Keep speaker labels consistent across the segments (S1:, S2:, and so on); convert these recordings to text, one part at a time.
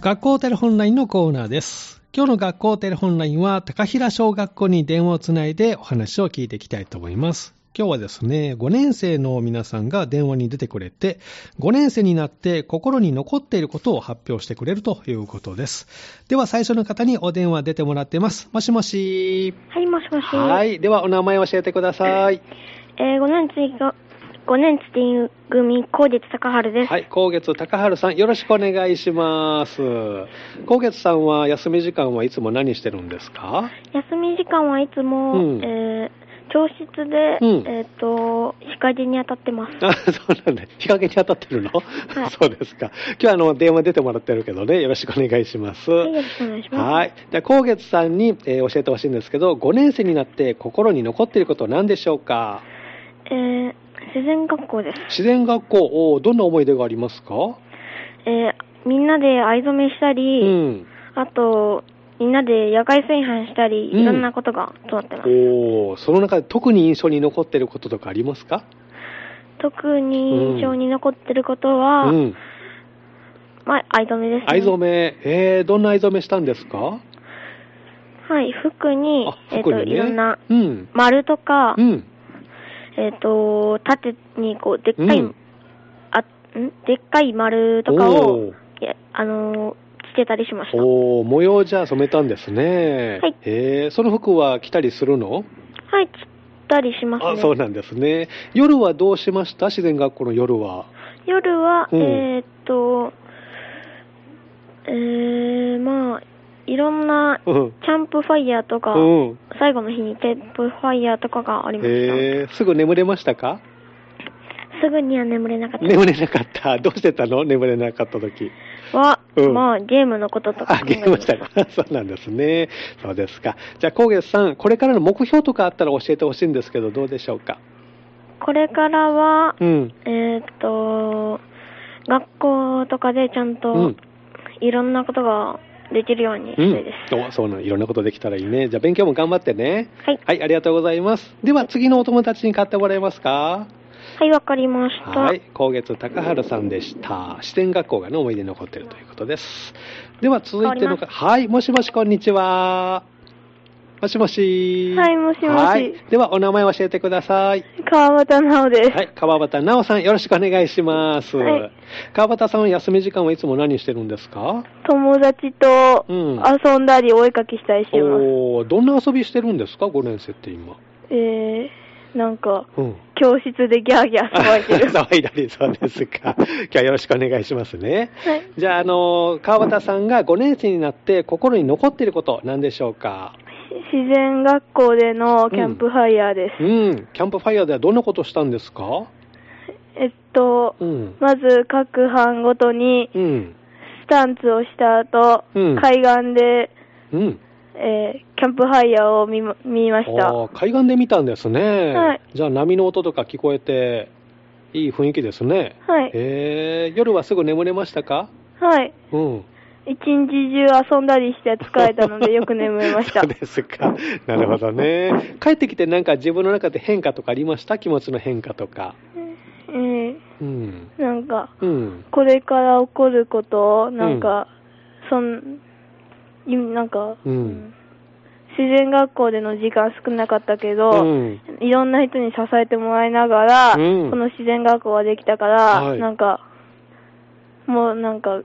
S1: 学校テレホンラインのコーナーです。今日の学校テレホンラインは、高平小学校に電話をつないでお話を聞いていきたいと思います。今日はですね、5年生の皆さんが電話に出てくれて、5年生になって心に残っていることを発表してくれるということです。では最初の方にお電話出てもらってます。もしもし。
S2: はい、もしもし。
S1: はい。ではお名前を教えてください。
S2: えー、5年次が、5年次組、高月高春です。
S1: はい、高月高春さん、よろしくお願いします。高月さんは休み時間はいつも何してるんですか
S2: 休み時間はいつも、
S1: うん
S2: えー、教室で、
S1: うん
S2: えっ、と、日陰に当たってます。
S1: あそうなんだ。日陰に当たってるの、
S2: い
S1: そうですか。今日はあの、電話出てもらってるけどね、よろしくお願いします。
S2: はい、よろしくお願いします。
S1: はい。じゃあ、高月さんに、えー教えてほしいんですけど、5年生になって心に残っていることは何でしょうか
S2: えー、自然学校です。
S1: 自然学校、おーどんな思い出がありますか
S2: えー、みんなで藍染めした
S1: う
S2: り、
S1: ん。
S2: あと、みんなで野外炊飯したり、
S1: うん
S2: いろんなことが集まってます。
S1: おーその中で特に印象に残っていることとかありますか
S2: 特に印象に残ってることは、
S1: うん。
S2: まあ、藍染めです、ね。
S1: 藍染め、えー、どんな藍染めしたんですか
S2: はい、服に、
S1: あ
S2: えっ、
S1: 服に
S2: と、
S1: ね
S2: いろんな、
S1: うん。
S2: 丸とか、
S1: うん。
S2: えっ、と、縦にこう、でっかい、
S1: うん
S2: あんでっかい丸とか
S1: お
S2: を
S1: ー、
S2: いやあのー、つけたりしました。は
S1: おー模様じゃ染めたんですね。
S2: はい
S1: えー、その服は着たりするの
S2: い、つったりしますね。
S1: あ、そうなんですね。夜はどうしました自然学校の夜は。
S2: 夜は、
S1: うん
S2: えっ、と、えー、まあ、いろんな、キ
S1: うん。
S2: ャンプファイヤーとか、
S1: うん。
S2: 最後の日にキャンプファイヤーとかがありました。
S1: えー、すぐ眠れましたか
S2: すぐには眠れなかった。
S1: 眠れなかった。 どうしてたの眠れなかった時。
S2: は、
S1: うん
S2: まあ、ゲームのこととか
S1: あ、
S2: 考え
S1: ゲ
S2: て
S1: ームした
S2: ま
S1: か。 そうなんですね。そうですか。じゃあ、高月さん、これからの目標とかあったら教えてほしいんですけど、どうでしょうか。
S2: これからは、
S1: うん。
S2: えーっと、学校とかでちゃん
S1: う
S2: と
S1: ん
S2: いろんなことができるようにしたいです。
S1: うん、おそうなのいろんなことできたらいいね。じゃあ勉強も頑張ってね。
S2: はい。
S1: はい、ありがとうございます。では次のお友達に買ってもらえますか
S2: はい、わかりました。
S1: はい、高月高春さんでした。視点学校がね、思い出に残っているということです。では続いての
S2: 変わ
S1: か、
S2: り
S1: はい、もしもしこんにちは。もしもし。
S3: はいもしもし
S1: はいではお名前を教えてください。
S3: 川端奈緒です、
S1: はい、川端奈緒さん、よろしくお願いします。
S3: はい
S1: 川端さんは休み時間はいつも何してるんですか
S3: 友達と
S1: うん
S3: 遊んだりお絵かきしたりしてます、
S1: おーどんな遊びしてるんですか、5年生って今。
S3: えー、なんか
S1: うん。
S3: 教室でギャーギャー騒いで る
S1: 騒いだり、そうですか。今日はよろしくお願いしますね。
S3: はい
S1: じゃあ、あの、川端さんが5年生になって心に残っていること、何でしょうか。
S3: 自然学校でのキャンプファイヤーです、
S1: うん、キャンプファイヤーではどんなことしたんですか
S3: えっと
S1: うん。
S3: まず各班ごとに
S1: うん。
S3: スタンツをした後、
S1: うん
S3: 海岸で、
S1: うん。
S3: えーキャンプファイヤーを見ま見ました
S1: あー海岸で見たんですね。
S3: はい
S1: じゃあ、波の音とか聞こえて、いい雰囲気ですね。
S3: はい
S1: えー、夜はすぐ眠れましたか
S3: はい
S1: うん。
S3: 一日中遊んだりして疲れたのでよく眠れました
S1: そうですか。なるほどね。帰ってきてなんか自分の中で変化とかありました気持ちの変化とか。
S3: えー
S1: うん。
S3: なんか
S1: うん。
S3: これから起こることをなんか、そんいなんか、
S1: うん
S3: 自然学校での時間少なかったけど、
S1: うん
S3: いろんな人に支えてもらいながら、
S1: うん
S3: この自然学校ができたから、
S1: はい
S3: なんかもうなんか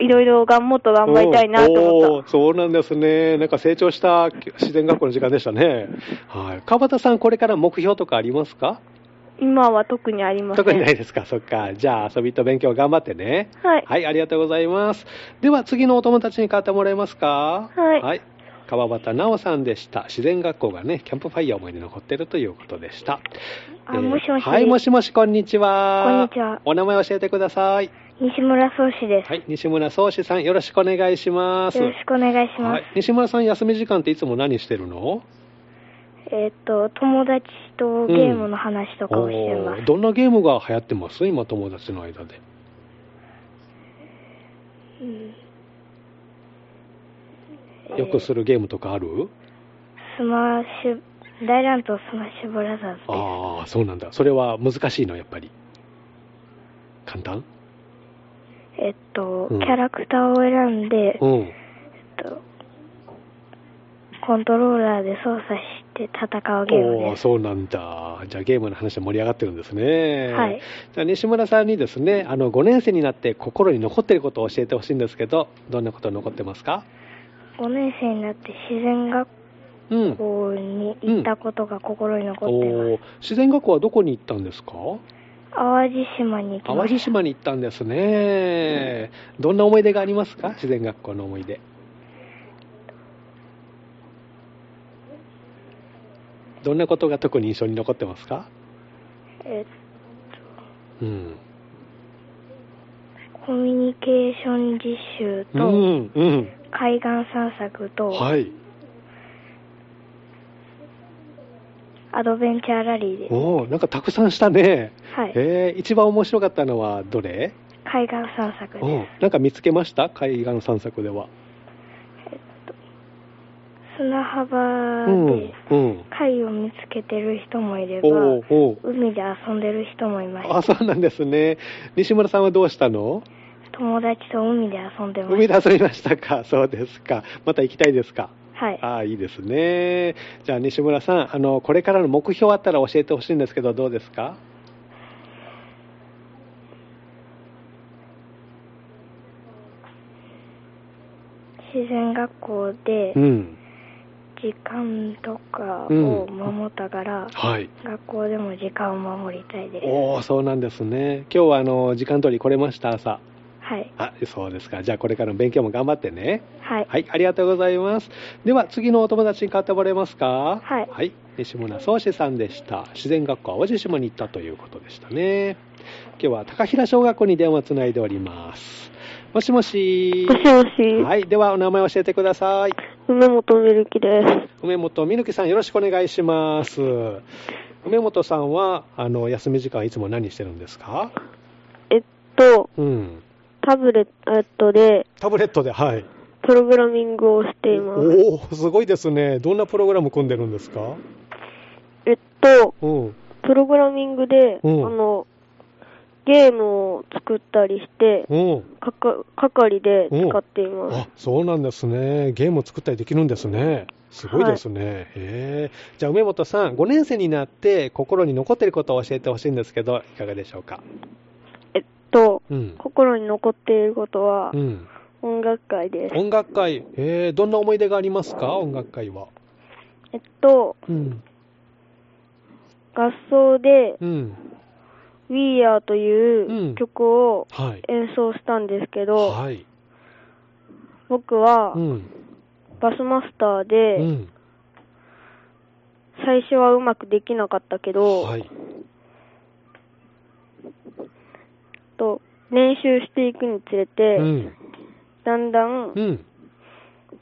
S3: いろいろがもっと頑張りたいなと思
S1: お
S3: っ
S1: ーそうなんですね。なんか成長した自然学校の時間でしたね。はい。川端さん、これから目標とかありますか
S3: た今は特にありません
S1: 特にないですか。そっか。じゃあ遊びと勉強頑張ってね。
S3: はい、
S1: はい、ありがとうございます。では、次のお友達に変わってもらえますか
S3: はい
S1: 川端奈緒さんでした。自然学校がね、キャンプファイヤー思い出に残ってるということでした。
S2: あもしもし
S1: はい、もしもし、こんにちは。
S2: こんにちは
S1: お名前教えてください。
S2: 西村宗志です。
S1: はい、西村宗志さん、よろしくお願いします。
S2: よろしくお願いします。
S1: はい、西村さん、休み時間っていつも何してるの
S2: えっ、と、友達とゲームの話とかをしてます。
S1: おーどんなゲームが流行ってます今、友達の間で。
S2: えー
S1: よくするゲームとかある
S2: スマッシュ、大乱闘スマッシュブラザーズです。
S1: ああ、そうなんだ。それは難しいの、やっぱり。簡単
S2: えっと、
S1: うん
S2: キャラクターを選んで、
S1: うん。
S2: えっと、コントローラーで操作して戦うゲーム
S1: おおー、
S2: です。
S1: そうなんだ。じゃあゲームの話で盛り上がってるんですね。
S2: はい。
S1: じゃあ西村さんにですね、あの5年生になって心に残っていることを教えてほしいんですけど、どんなこと残ってますか
S2: 5年生になって自然学
S1: うん。
S2: 校に行ったことが心に残っています。
S1: おー自然学校はどこに行ったんですか
S2: 淡路島に行きま
S1: 淡
S2: した。
S1: 路島に行ったんですね。どんな思い出がありますか自然学校の思い出。どんなことが特に印象に残ってますか
S2: え
S1: うん。
S2: コミュニケーション実習
S1: う
S2: と、
S1: ん、うん。
S2: 海岸散策と、
S1: はい。
S2: アドベンチャーラリーです。
S1: おお、なんかたくさんしたね。
S2: はい。
S1: えー一番面白かったのはどれ、
S2: 海岸散策
S1: お
S2: で
S1: うなんか見つけました海岸散策では。
S2: す。砂
S1: う
S2: 浜
S1: ん
S2: で、
S1: うん。
S2: 貝を見つけてる人もいれば、
S1: おうおう
S2: 海で遊んでる人もいまし
S1: あ、そうなんですね。西村さんはどうしたの
S2: た。友達と海で遊んでま
S1: 海
S2: し
S1: で遊びましたか そうですか。また行きたいですか
S2: た。はい。
S1: ああ、いいですね。じゃあ西村さん、あの、これからの目標あったら教えてほしいんですけど、どうですか
S2: 自然学校で
S1: うん。
S2: 時間とかを守ったから、
S1: はい。
S2: 学校でも時間を守りたいです。
S1: おお、そうなんですね。今日はあの、時間通り来れました、朝。
S2: はい。
S1: あ、そうですか。じゃあこれからの勉強も頑張ってね。
S2: はい。
S1: はい、ありがとうございます。では、次のお友達に変わってもらえますか。
S2: はい
S1: 西村宗志さんでした。自然学校淡路島に行ったということでしたね。今日は高平小学校に電話をつないでおります。もしもし。
S3: もしもし、
S1: はい、ではお名前を教えてください。
S3: 梅本みるきです。
S1: 梅本みるきさん、よろしくお願いします。梅本さんは、あの、休み時間いつも何してるんですか
S3: えっと、
S1: うん。
S3: タブレットで
S1: タブレットで、はい。
S3: プログラミングをしています。
S1: おお、すごいですね。どんなプログラム組んでるんですか
S3: えっと、
S1: うん。
S3: プログラミングで、
S1: うん
S3: あの、ゲームを作ったりして、
S1: うん。
S3: かか、係で使っています
S1: あ。そうなんですね、ゲームを作ったりできるんですね、すごいですね、へえじゃあ、梅本さん、5年生になって、心に残っていることを教えてほしいんですけど、いかがでしょうか。
S3: えっと、
S1: うん、
S3: 心に残っていることは
S1: う、ん、
S3: 音楽会です。
S1: 音楽会、えー、どんな思い出がありますか、音楽会は。
S3: えっと、
S1: うん、
S3: 合奏で
S1: うん、
S3: We Are とい
S1: うん
S3: う曲を
S1: はい、
S3: 演奏したんですけど、
S1: はい、
S3: 僕は
S1: うん、
S3: バスマスター
S1: う
S3: で、
S1: ん、
S3: 最初はうまくできなかったけど、
S1: はい、
S3: と練習していくにつれて、
S1: うん、
S3: だんだん
S1: うん、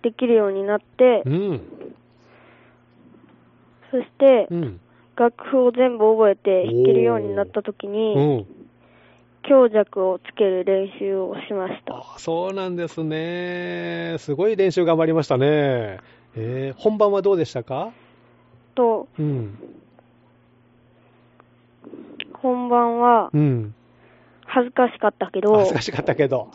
S3: できるようになって、
S1: うん、
S3: そして
S1: うん、
S3: 楽譜を全部覚えて
S1: おー
S3: 弾けるようになった時
S1: う
S3: に、
S1: ん。
S3: 強弱をつける練習をしました。
S1: あそうなんですね。すごい練習頑張りましたね。えー、本番はどうでしたか
S3: と、
S1: うん。
S3: 本番は
S1: うん。
S3: 恥ずかしかったけど
S1: 恥、ずかしかったけど。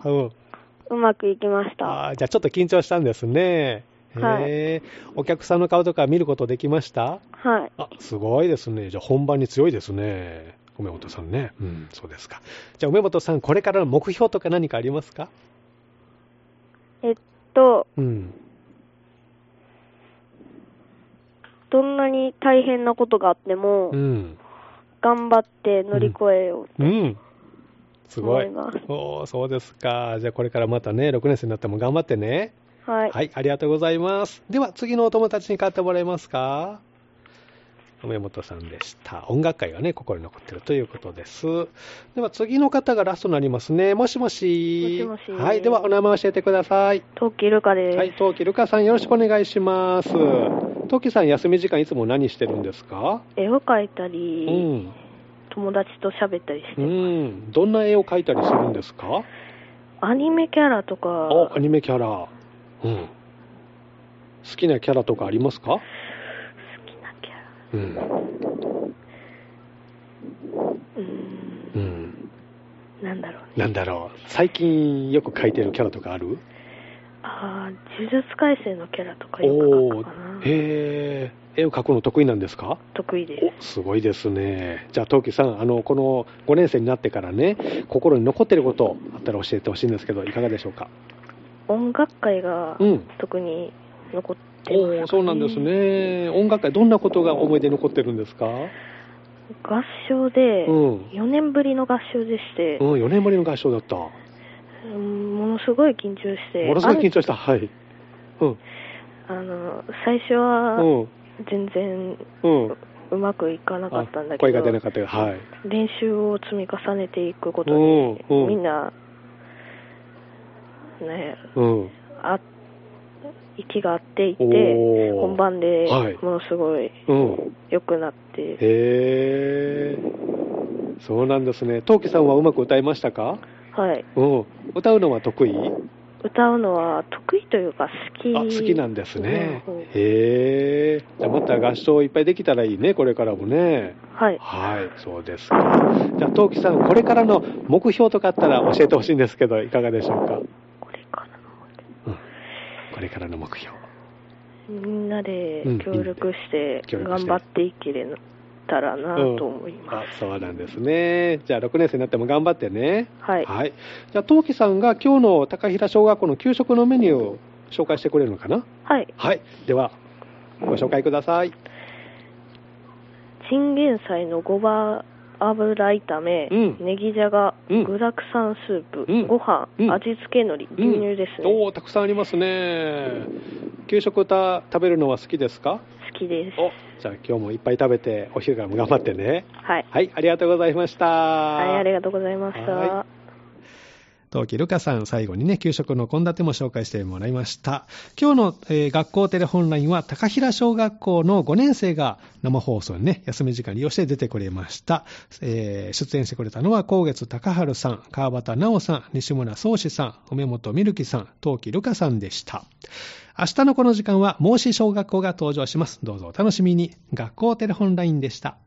S1: うん。
S3: うまくいきました。
S1: あーじゃあちょっと緊張したんですね。
S3: はい
S1: へーお客さんの顔とか見ることできました
S3: はい。
S1: あ、すごいですね。じゃあ本番に強いですね。梅本さんね。うん、そうですか。じゃあ梅本さん、これからの目標とか何かありますか
S3: えっと、
S1: うん。
S3: どんなに大変なことがあっても、
S1: うん。
S3: 頑張って乗り越えよう。
S1: うん。すごい
S3: 思います。
S1: おーそうですか。じゃあこれからまたね、6年生になっても頑張ってね。
S3: はい。
S1: はい、ありがとうございます。では、次のお友達に変わってもらえますか梅本さんでした。音楽会がね、心に残ってるということです。では、次の方がラストになりますね。もしもし。
S3: もしもし
S1: はい、では、お名前教えてください。
S3: トッキールカです。
S1: はい、トウキルカさん、よろしくお願いします。トウキさん、休み時間いつも何してるんですか
S3: 絵を描いた
S1: う
S3: り、
S1: ん。
S3: 友達と喋ったりして、
S1: うん。どんな絵を描いたりするんですか
S3: アニメキャラとか、
S1: あ、アニメキャラ。うん。好きなキャラとかありますか
S3: 好きなキャラ。
S1: うん。
S3: うーん、
S1: うん。
S2: なんだろうね。
S1: なんだろう。最近よく描いてるキャラとかある
S2: ああ、呪術廻戦のキャラとかよ
S1: お
S2: く描
S1: お
S2: くかな
S1: ー。へえ。絵を描くの得意なんですか
S2: 得意です。
S1: おすごいですね。じゃあ、東輝さん、あの、この5年生になってからね、心に残ってることあったら教えてほしいんですけど、いかがでしょうか。
S2: 音楽会が
S1: うん
S2: 特に残ってます、ね
S1: おお、そうなんです。ね。音楽会、どんなことが思い出に残ってるんですか
S2: 合唱で、
S1: うん
S2: 4年ぶりの合唱でして
S1: う、ん、4年ぶりの合唱だった。
S2: うんものすごい緊張して、
S1: ものすごい緊張した。はい。うん。
S2: あるあの最初
S1: う
S2: は
S1: ん。
S2: 全然
S1: うん。
S2: うまくいかなかったんだ
S1: あ声
S2: け
S1: が
S2: ど、
S1: 出なかったよ。はい。
S2: 練習を積み重ねていくこと
S1: うんう
S2: に
S1: ん
S2: みんな、ね、
S1: うん。
S2: あ息が合っていて
S1: おー
S2: 本番で
S1: はい
S2: ものすごい
S1: うん。
S2: 良くなって、
S1: へえ。そうなんですね。東輝さんはうまく歌いましたか
S2: はい、
S1: うん。歌うのは得意
S2: 歌うのは得意というか好き
S1: あ好きなんですね
S2: うん。
S1: へえ。じゃあまた合唱いっぱいできたらいいね、これからもね。
S2: はい
S1: はい、そうですか。じゃあ、東輝さん、これからの目標とかあったら教えてほしいんですけど、いかがでしょうか。
S2: これかな
S1: うん、これからの目標。
S2: みんなで
S1: うん
S2: 協力して
S1: 協力し
S2: 頑
S1: て
S2: 張っていけれたらなと思います、
S1: あそうなんですね。じゃあ、6年生になっても頑張ってね。
S2: はい
S1: じゃあ、東輝さんが今日の高平小学校の給食のメニューを紹介してくれるのかな。
S2: はい
S1: はい、では、ご紹介ください。
S2: チンゲン菜のごま油炒め、
S1: うん
S2: ネギじゃが、
S1: うん
S2: 具沢山スープ、
S1: うん
S2: ご飯、
S1: うん
S2: 味付け海苔、牛乳です
S1: うんお
S2: ね、好
S1: お、たくさんありますね。給食た食べるのは好きですか。
S2: きです
S1: お、じゃあ今日もいっぱい食べてお昼からも頑張ってね。
S2: はい、
S1: はい、ありがとうございました。
S2: はい、ありがとうございました、
S1: は東輝ルカさん、最後にね、給食の献立も紹介してもらいました。今日の、えー学校テレホンラインは、高平小学校の5年生が生放送にね、休み時間利用して出てくれました。えー出演してくれたのは、高月高春さん、川端奈緒さん、西村宗志さん、梅本美樹さん、東輝ルカさんでした。明日のこの時間は、孟子小学校が登場します。どうぞお楽しみに。学校テレホンラインでした。